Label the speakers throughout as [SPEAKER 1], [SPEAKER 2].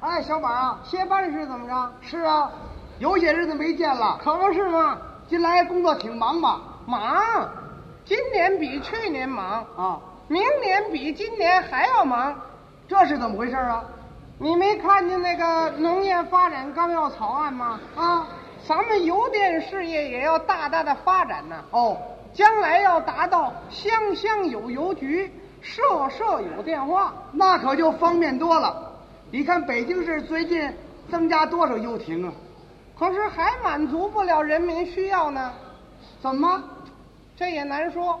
[SPEAKER 1] 哎，小马啊，
[SPEAKER 2] 歇班是怎么着？
[SPEAKER 1] 是啊，有些日子没见了，
[SPEAKER 2] 可不是嘛，
[SPEAKER 1] 近来工作挺忙吧？
[SPEAKER 2] 忙，今年比去年忙，
[SPEAKER 1] 啊，
[SPEAKER 2] 明年比今年还要忙。
[SPEAKER 1] 这是怎么回事啊？
[SPEAKER 2] 你没看见那个农业发展纲要草案吗？
[SPEAKER 1] 啊，
[SPEAKER 2] 咱们邮电事业也要大大的发展呢、
[SPEAKER 1] 哦，
[SPEAKER 2] 将来要达到乡乡有邮局，社社有电话。
[SPEAKER 1] 那可就方便多了。你看北京市最近增加多少游艇啊？
[SPEAKER 2] 可是还满足不了人民需要呢，
[SPEAKER 1] 怎么？
[SPEAKER 2] 这也难说。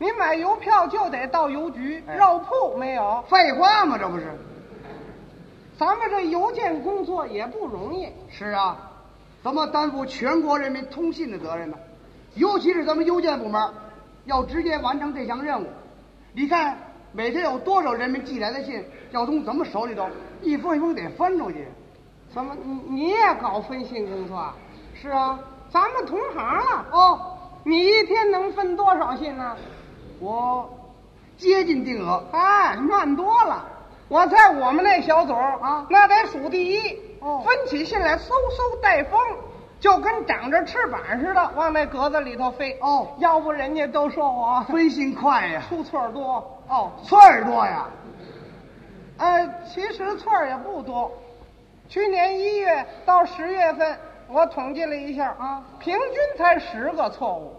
[SPEAKER 2] 你买邮票就得到邮局，
[SPEAKER 1] 哎
[SPEAKER 2] 绕铺没有？
[SPEAKER 1] 废话嘛，这不是？
[SPEAKER 2] 咱们这邮件工作也不容易。
[SPEAKER 1] 是啊，咱们担负全国人民通信的责任呢，尤其是咱们邮件部门，要直接完成这项任务。你看每天有多少人民寄来的信，要从咱们手里头一封一封得分出去。
[SPEAKER 2] 怎么你你也搞分信工作啊？
[SPEAKER 1] 是啊，
[SPEAKER 2] 咱们同行啊，
[SPEAKER 1] 哦，
[SPEAKER 2] 你一天能分多少信呢、
[SPEAKER 1] 我接近定额。
[SPEAKER 2] 哎，慢多了。我在我们那小组
[SPEAKER 1] 啊
[SPEAKER 2] 那得数第一。
[SPEAKER 1] 哦
[SPEAKER 2] 分起信来嗖嗖带风，就跟长着翅膀似的往那格子里头飞。
[SPEAKER 1] 哦
[SPEAKER 2] 要不人家都说 我
[SPEAKER 1] 分心快呀，
[SPEAKER 2] 出错儿多。
[SPEAKER 1] 哦，刺儿多呀，
[SPEAKER 2] 呃，其实错儿也不多。去年一月到十月份，我统计了一下
[SPEAKER 1] 啊，
[SPEAKER 2] 平均才十个错误。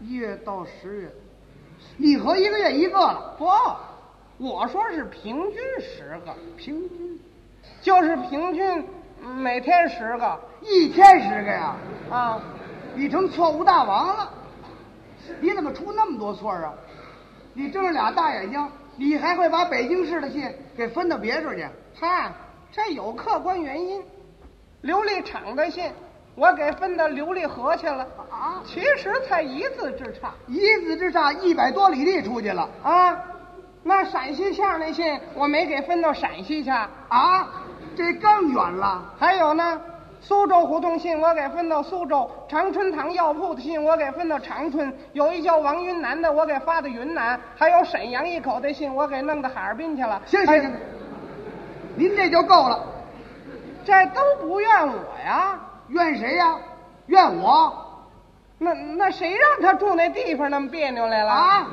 [SPEAKER 1] 一月到十月，你合一个月一个了，
[SPEAKER 2] 不，我说是平均十个，
[SPEAKER 1] 平均
[SPEAKER 2] 就是平均嗯每天十个
[SPEAKER 1] 一天十个呀，
[SPEAKER 2] 啊。
[SPEAKER 1] 你成错误大王了。你怎么出那么多错儿啊？你睁着俩大眼睛，你还会把北京市的信给分到别处去？
[SPEAKER 2] 嗨，这有客观原因。琉璃厂的信，我给分到琉璃河去了，
[SPEAKER 1] 啊，
[SPEAKER 2] 其实才一字之差
[SPEAKER 1] 一字之差一百多里地出去了
[SPEAKER 2] 啊。那陕西巷那信，我没给分到陕西去。
[SPEAKER 1] 啊，这更远了。
[SPEAKER 2] 还有呢，苏州胡同信我给分到苏州，长春堂药铺的信我给分到长春，有一叫王云南的我给发到云南，还有沈阳一口的信我给弄到哈尔滨去了。
[SPEAKER 1] 行
[SPEAKER 2] 哎
[SPEAKER 1] 行行，您这就够了。
[SPEAKER 2] 这都不怨我呀。
[SPEAKER 1] 怨谁呀、怨我
[SPEAKER 2] 那那谁让他住那地方那么别扭来了？
[SPEAKER 1] 啊？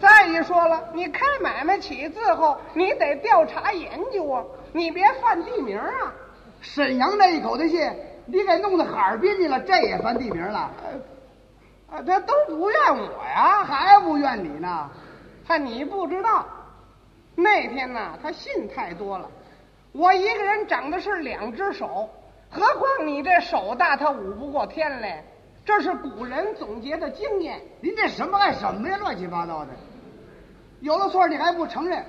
[SPEAKER 2] 再一说了，你开买卖起字后，你得调查研究啊，你别犯地名啊。
[SPEAKER 1] 沈阳那一口的信，你给弄到哈尔滨去了，这也算地名了，
[SPEAKER 2] 啊，他都不怨我呀。
[SPEAKER 1] 还不怨你呢？
[SPEAKER 2] 他你不知道，那天呐，他信太多了，我一个人长的是两只手，何况你这手大，他舞不过天来。这是古人总结的经验。
[SPEAKER 1] 您这什么爱什么呀？乱七八糟的，有了错你还不承认？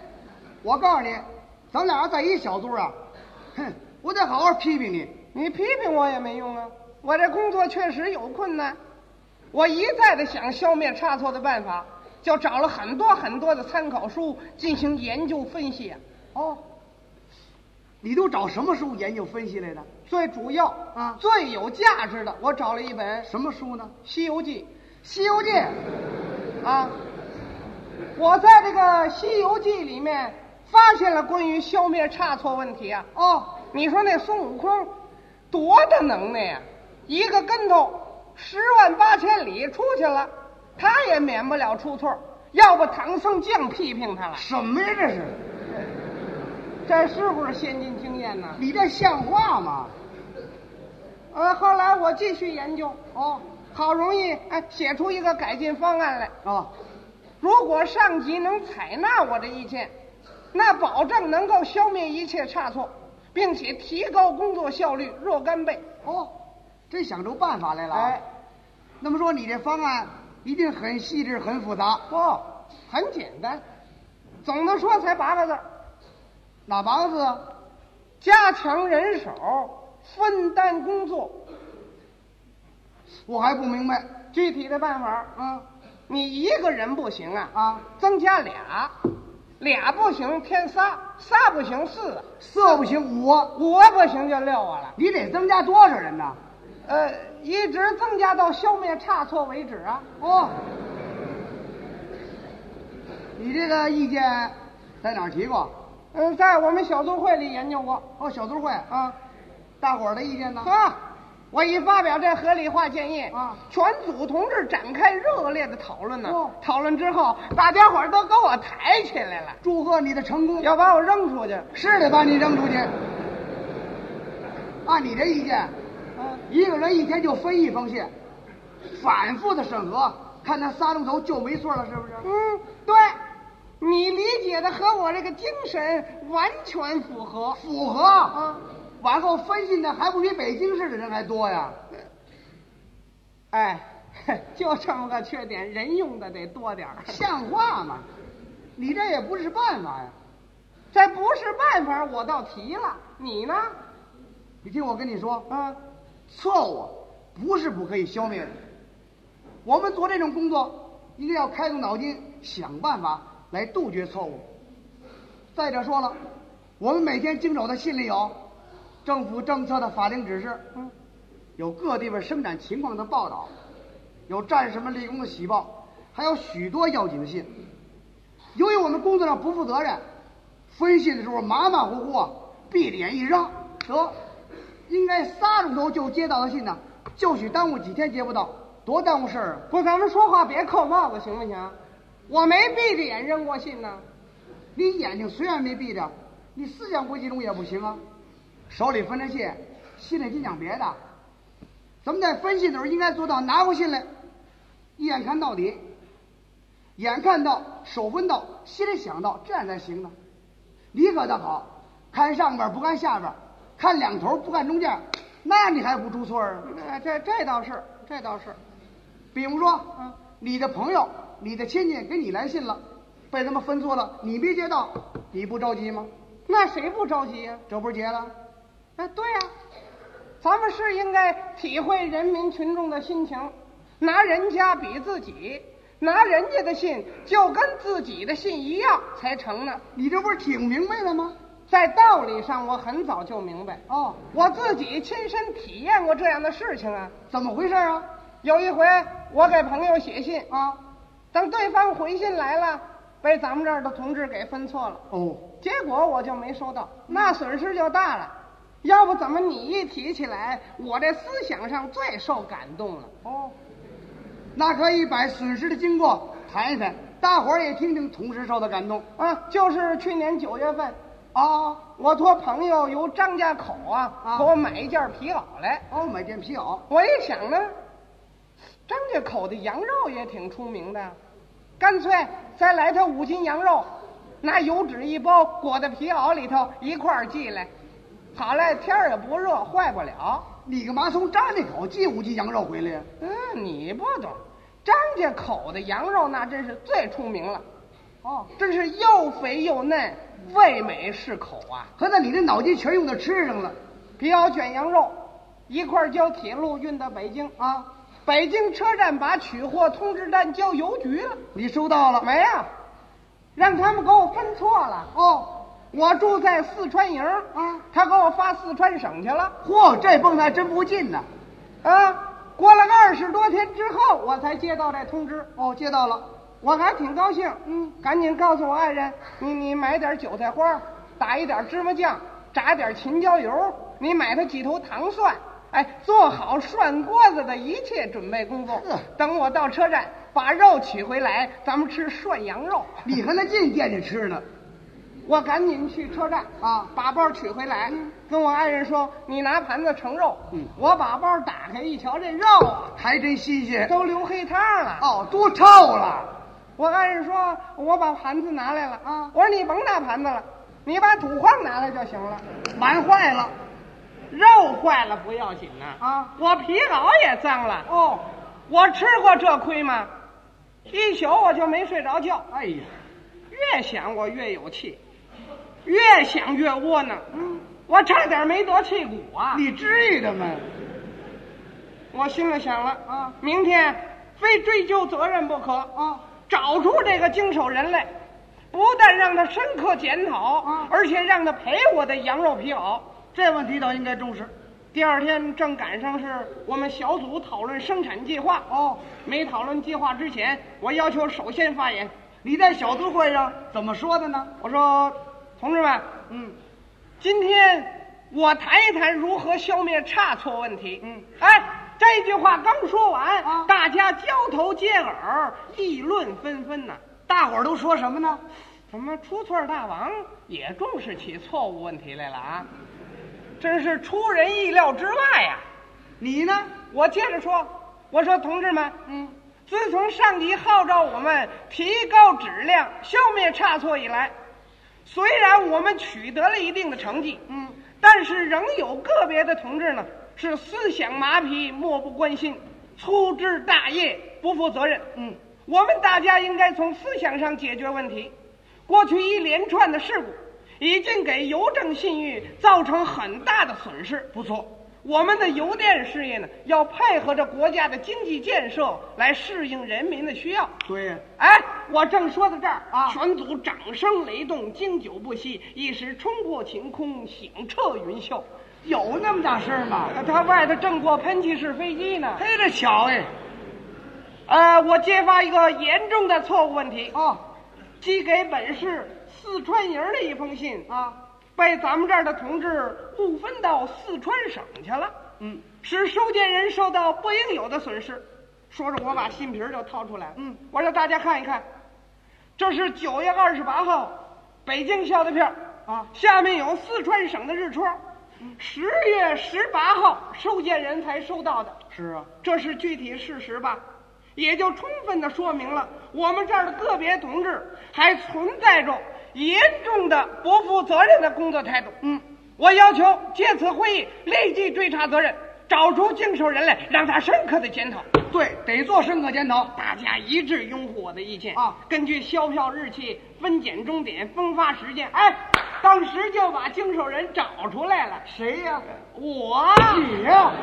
[SPEAKER 1] 我告诉你，咱们俩要在一小组啊，哼，我得好好批评你。
[SPEAKER 2] 你批评我也没用啊，我这工作确实有困难，我一再的想消灭差错的办法，就找了很多很多的参考书进行研究分析。啊
[SPEAKER 1] 哦，你都找什么书研究分析来的？
[SPEAKER 2] 最主要
[SPEAKER 1] 啊
[SPEAKER 2] 最有价值的，我找了一本《
[SPEAKER 1] 什么书呢？
[SPEAKER 2] 西游记
[SPEAKER 1] 《西游记》。》
[SPEAKER 2] 啊。我在这个《西游记》里面发现了关于消灭差错问题啊。
[SPEAKER 1] 哦，
[SPEAKER 2] 你说那孙悟空多大能耐呀、一个跟头十万八千里出去了，他也免不了出错儿。要不唐僧净批评他了，
[SPEAKER 1] 什么呀？这是？
[SPEAKER 2] 这是不是先进经验呢？
[SPEAKER 1] 你这像话吗？
[SPEAKER 2] 呃，后来我继续研究，哦，好容易哎写出一个改进方案来。
[SPEAKER 1] 哦，
[SPEAKER 2] 如果上级能采纳我的意见，那保证能够消灭一切差错，并且提高工作效率若干倍。
[SPEAKER 1] 哦，真想出办法来了啊。
[SPEAKER 2] 哎，
[SPEAKER 1] 那么说你这方案一定很细致、很复杂。
[SPEAKER 2] 不、很简单，总的说才八个字儿：
[SPEAKER 1] 哪八个字啊？
[SPEAKER 2] 加强人手，分担工作。
[SPEAKER 1] 我还不明白。
[SPEAKER 2] 具体的办法，嗯，你一个人不行啊，
[SPEAKER 1] 啊，
[SPEAKER 2] 增加俩，俩不行添仨，仨不行四，啊
[SPEAKER 1] 四不行，五啊，
[SPEAKER 2] 五不行就六啊了。
[SPEAKER 1] 你得增加多少人呢？
[SPEAKER 2] 呃，一直增加到消灭差错为止啊。
[SPEAKER 1] 哦，你这个意见在哪儿提过？
[SPEAKER 2] 嗯，在我们小组会里研究过
[SPEAKER 1] 哦，小组会，
[SPEAKER 2] 啊。
[SPEAKER 1] 大伙儿的意见呢？
[SPEAKER 2] 呵，我一发表这合理化建议
[SPEAKER 1] 啊
[SPEAKER 2] 全组同志展开热烈的讨论呢、
[SPEAKER 1] 哦
[SPEAKER 2] 讨论之后，大家伙儿都给我抬起来了，
[SPEAKER 1] 祝贺你的成功，
[SPEAKER 2] 要把我扔出去。
[SPEAKER 1] 是得把你扔出去。按你这意见，
[SPEAKER 2] 嗯，
[SPEAKER 1] 一个人一天就分一封信，反复的审核，看他仨钟头就没错了，是不是？
[SPEAKER 2] 嗯，对，你理解的和我这个精神完全符合。
[SPEAKER 1] 符合。
[SPEAKER 2] 啊
[SPEAKER 1] 往后分信的还不比北京市的人还多呀？
[SPEAKER 2] 哎， 嘿就这么个缺点，人用的得多点 儿。
[SPEAKER 1] 像话吗？你这也不是办法呀！
[SPEAKER 2] 这不是办法，我倒提了，你呢？
[SPEAKER 1] 你听我跟你说，
[SPEAKER 2] 啊，
[SPEAKER 1] 错误不是不可以消灭的。我们做这种工作，一定要开动脑筋，想办法来杜绝错误。再者说了，我们每天经手的信里有政府政策的法定指示，
[SPEAKER 2] 嗯，
[SPEAKER 1] 有各地方生产情况的报道，有战士们立功的喜报，还有许多要紧的信。由于我们工作上不负责任，分析的时候马马虎虎啊，闭着眼一扔，得，应该仨钟头就接到的信呢，就许耽误几天接不到，多耽误事儿啊！
[SPEAKER 2] 不，咱们说话别扣帽子，行不行？我没闭着眼扔过信呢。
[SPEAKER 1] 你眼睛虽然没闭着，你思想不集中也不行啊。手里分着信，心里净想别的。咱啊们在分信的时候应该做到拿过信来，一眼看到底，眼看到，手分到，心里想哎到，这样才行呢。你可倒好，看上边不看下边，看两头不看中间，那你还不出错啊？
[SPEAKER 2] 哎，这这倒是，这倒是，
[SPEAKER 1] 比如说，
[SPEAKER 2] 嗯
[SPEAKER 1] 你的朋友、你的亲戚给你来信了，被他们分错了，你没接到，你不着急吗？
[SPEAKER 2] 那谁不着急呀、
[SPEAKER 1] 这不是结了？
[SPEAKER 2] 啊？对呀、咱们是应该体会人民群众的心情，拿人家比自己，拿人家的信就跟自己的信一样才成呢。
[SPEAKER 1] 你这不是挺明白了吗？
[SPEAKER 2] 在道理上，我很早就明白，
[SPEAKER 1] 哦，
[SPEAKER 2] 我自己亲身体验过这样的事情啊。
[SPEAKER 1] 怎么回事啊？
[SPEAKER 2] 有一回，我给朋友写信，
[SPEAKER 1] 啊，
[SPEAKER 2] 等对方回信来了，被咱们这儿的同志给分错了。
[SPEAKER 1] 哦，
[SPEAKER 2] 结果我就没收到，那损失就大了。要不怎么你一提起来，我这思想上最受感动了。
[SPEAKER 1] 哦，那可以把损失的经过谈一谈，大伙儿也听听，同时受到感动。
[SPEAKER 2] 啊，就是去年九月份，
[SPEAKER 1] 哦，
[SPEAKER 2] 我托朋友由张家口
[SPEAKER 1] 啊
[SPEAKER 2] 啊给我买一件皮袄来。
[SPEAKER 1] 哦，买件皮袄，
[SPEAKER 2] 我一想呢，张家口的羊肉也挺出名的，干脆再来他五斤羊肉，拿油纸一包，裹在皮袄里头一块儿寄来。好嘞，天儿也不热，坏不了。
[SPEAKER 1] 你干嘛从张家口寄五斤羊肉回来呀？
[SPEAKER 2] 嗯，你不懂，张家口的羊肉那真是最出名了，
[SPEAKER 1] 哦，
[SPEAKER 2] 真是又肥又嫩，味美适口啊！
[SPEAKER 1] 合着你这脑筋全用到吃上了
[SPEAKER 2] 皮袄卷羊肉一块儿交铁路运到北京，
[SPEAKER 1] 啊？
[SPEAKER 2] 北京车站把取货通知站交邮局了，
[SPEAKER 1] 你收到了？
[SPEAKER 2] 没啊？让他们给我分错了。
[SPEAKER 1] 哦，
[SPEAKER 2] 我住在四川营
[SPEAKER 1] 啊，
[SPEAKER 2] 他给我发四川省去了
[SPEAKER 1] 嚯，这蹦的还真不近呐。
[SPEAKER 2] 啊。过了二十多天之后，我才接到这通知。
[SPEAKER 1] 哦，接到了，
[SPEAKER 2] 我还挺高兴，嗯，赶紧告诉我爱人，你你买点韭菜花，打一点芝麻酱，炸点秦椒油，你买他几头糖蒜，哎，做好涮锅子的一切准备工作
[SPEAKER 1] 呵。
[SPEAKER 2] 等我到车站把肉取回来，咱们吃涮羊肉。
[SPEAKER 1] 你还能进店里吃呢？
[SPEAKER 2] 我赶紧去车站
[SPEAKER 1] 啊
[SPEAKER 2] 把包取回来，跟我爱人说，你拿盘子盛肉。
[SPEAKER 1] 嗯
[SPEAKER 2] 我把包打开一瞧，这肉啊
[SPEAKER 1] 还真新鲜。
[SPEAKER 2] 都流黑汤了。
[SPEAKER 1] 哦，都臭了。
[SPEAKER 2] 我爱人说，我把盘子拿来了
[SPEAKER 1] 啊
[SPEAKER 2] 我说你甭拿盘子了，你把土筐拿来就行了。
[SPEAKER 1] 满坏了。
[SPEAKER 2] 肉坏了不要紧呐、
[SPEAKER 1] 啊
[SPEAKER 2] 我皮袄也脏了。
[SPEAKER 1] 哦，
[SPEAKER 2] 我吃过这亏吗？一宿我就没睡着觉，
[SPEAKER 1] 哎呀，
[SPEAKER 2] 越想我越有气，越想越窝囊。嗯，我差点没得气骨啊！
[SPEAKER 1] 你至于的吗？
[SPEAKER 2] 我心里想了
[SPEAKER 1] 啊
[SPEAKER 2] 明天非追究责任不可
[SPEAKER 1] 啊！
[SPEAKER 2] 找出这个经手人来，不但让他深刻检讨，
[SPEAKER 1] 啊
[SPEAKER 2] 而且让他赔我的羊肉皮袄。
[SPEAKER 1] 这问题倒应该重视。
[SPEAKER 2] 第二天正赶上是我们小组讨论生产计划，
[SPEAKER 1] 哦，
[SPEAKER 2] 没讨论计划之前，我要求首先发言。
[SPEAKER 1] 你在小组会上怎么说的呢？
[SPEAKER 2] 我说，同志们，
[SPEAKER 1] 嗯，
[SPEAKER 2] 今天我谈一谈如何消灭差错问题。
[SPEAKER 1] 嗯
[SPEAKER 2] 哎，这句话刚说完，
[SPEAKER 1] 啊
[SPEAKER 2] 大家交头接耳，议论纷纷呐、
[SPEAKER 1] 大伙儿都说什么呢？
[SPEAKER 2] 什么出错大王也重视起错误问题来了啊！真是出人意料之外呀、
[SPEAKER 1] 你呢？
[SPEAKER 2] 我接着说，我说同志们，
[SPEAKER 1] 嗯，
[SPEAKER 2] 自从上级号召我们提高质量、消灭差错以来，虽然我们取得了一定的成绩，
[SPEAKER 1] 嗯，
[SPEAKER 2] 但是仍有个别的同志呢是思想麻痹、漠不关心、粗枝大叶、不负责任。
[SPEAKER 1] 嗯，
[SPEAKER 2] 我们大家应该从思想上解决问题。过去一连串的事故已经给邮政信誉造成很大的损失。
[SPEAKER 1] 不错，
[SPEAKER 2] 我们的邮电事业呢，要配合着国家的经济建设来适应人民的需要。
[SPEAKER 1] 对，
[SPEAKER 2] 哎，我正说到这儿
[SPEAKER 1] 啊
[SPEAKER 2] 全组掌声雷动，经久不息，一时冲破晴空，响彻云霄。
[SPEAKER 1] 有那么大事儿吗？
[SPEAKER 2] 啊他外头正过喷气式飞机呢。
[SPEAKER 1] 嘿，这巧哎，
[SPEAKER 2] 呃，我揭发一个严重的错误问题，
[SPEAKER 1] 哦，
[SPEAKER 2] 寄给本市四川营的一封信，
[SPEAKER 1] 啊，
[SPEAKER 2] 被咱们这儿的同志误分到四川省去了。
[SPEAKER 1] 嗯，
[SPEAKER 2] 使收件人受到不应有的损失。说着，我把信皮儿就掏出来了。
[SPEAKER 1] 嗯，
[SPEAKER 2] 我让大家看一看，这是九月二十八号北京校的票
[SPEAKER 1] 啊
[SPEAKER 2] 下面有四川省的日戳。十月十八号收件人才收到的，
[SPEAKER 1] 是啊，
[SPEAKER 2] 这是具体事实吧？也就充分的说明了我们这儿的个别同志还存在着严重的不负责任的工作态度。
[SPEAKER 1] 嗯，
[SPEAKER 2] 我要求借此会议立即追查责任，找出经手人来，让他深刻的检讨。
[SPEAKER 1] 对，得做深刻检讨。
[SPEAKER 2] 大家一致拥护我的意见
[SPEAKER 1] 啊
[SPEAKER 2] 根据销票日期、分拣终点、分发时间，哎，当时就把经手人找出来了。
[SPEAKER 1] 谁呀、
[SPEAKER 2] 我啊
[SPEAKER 1] 你呀、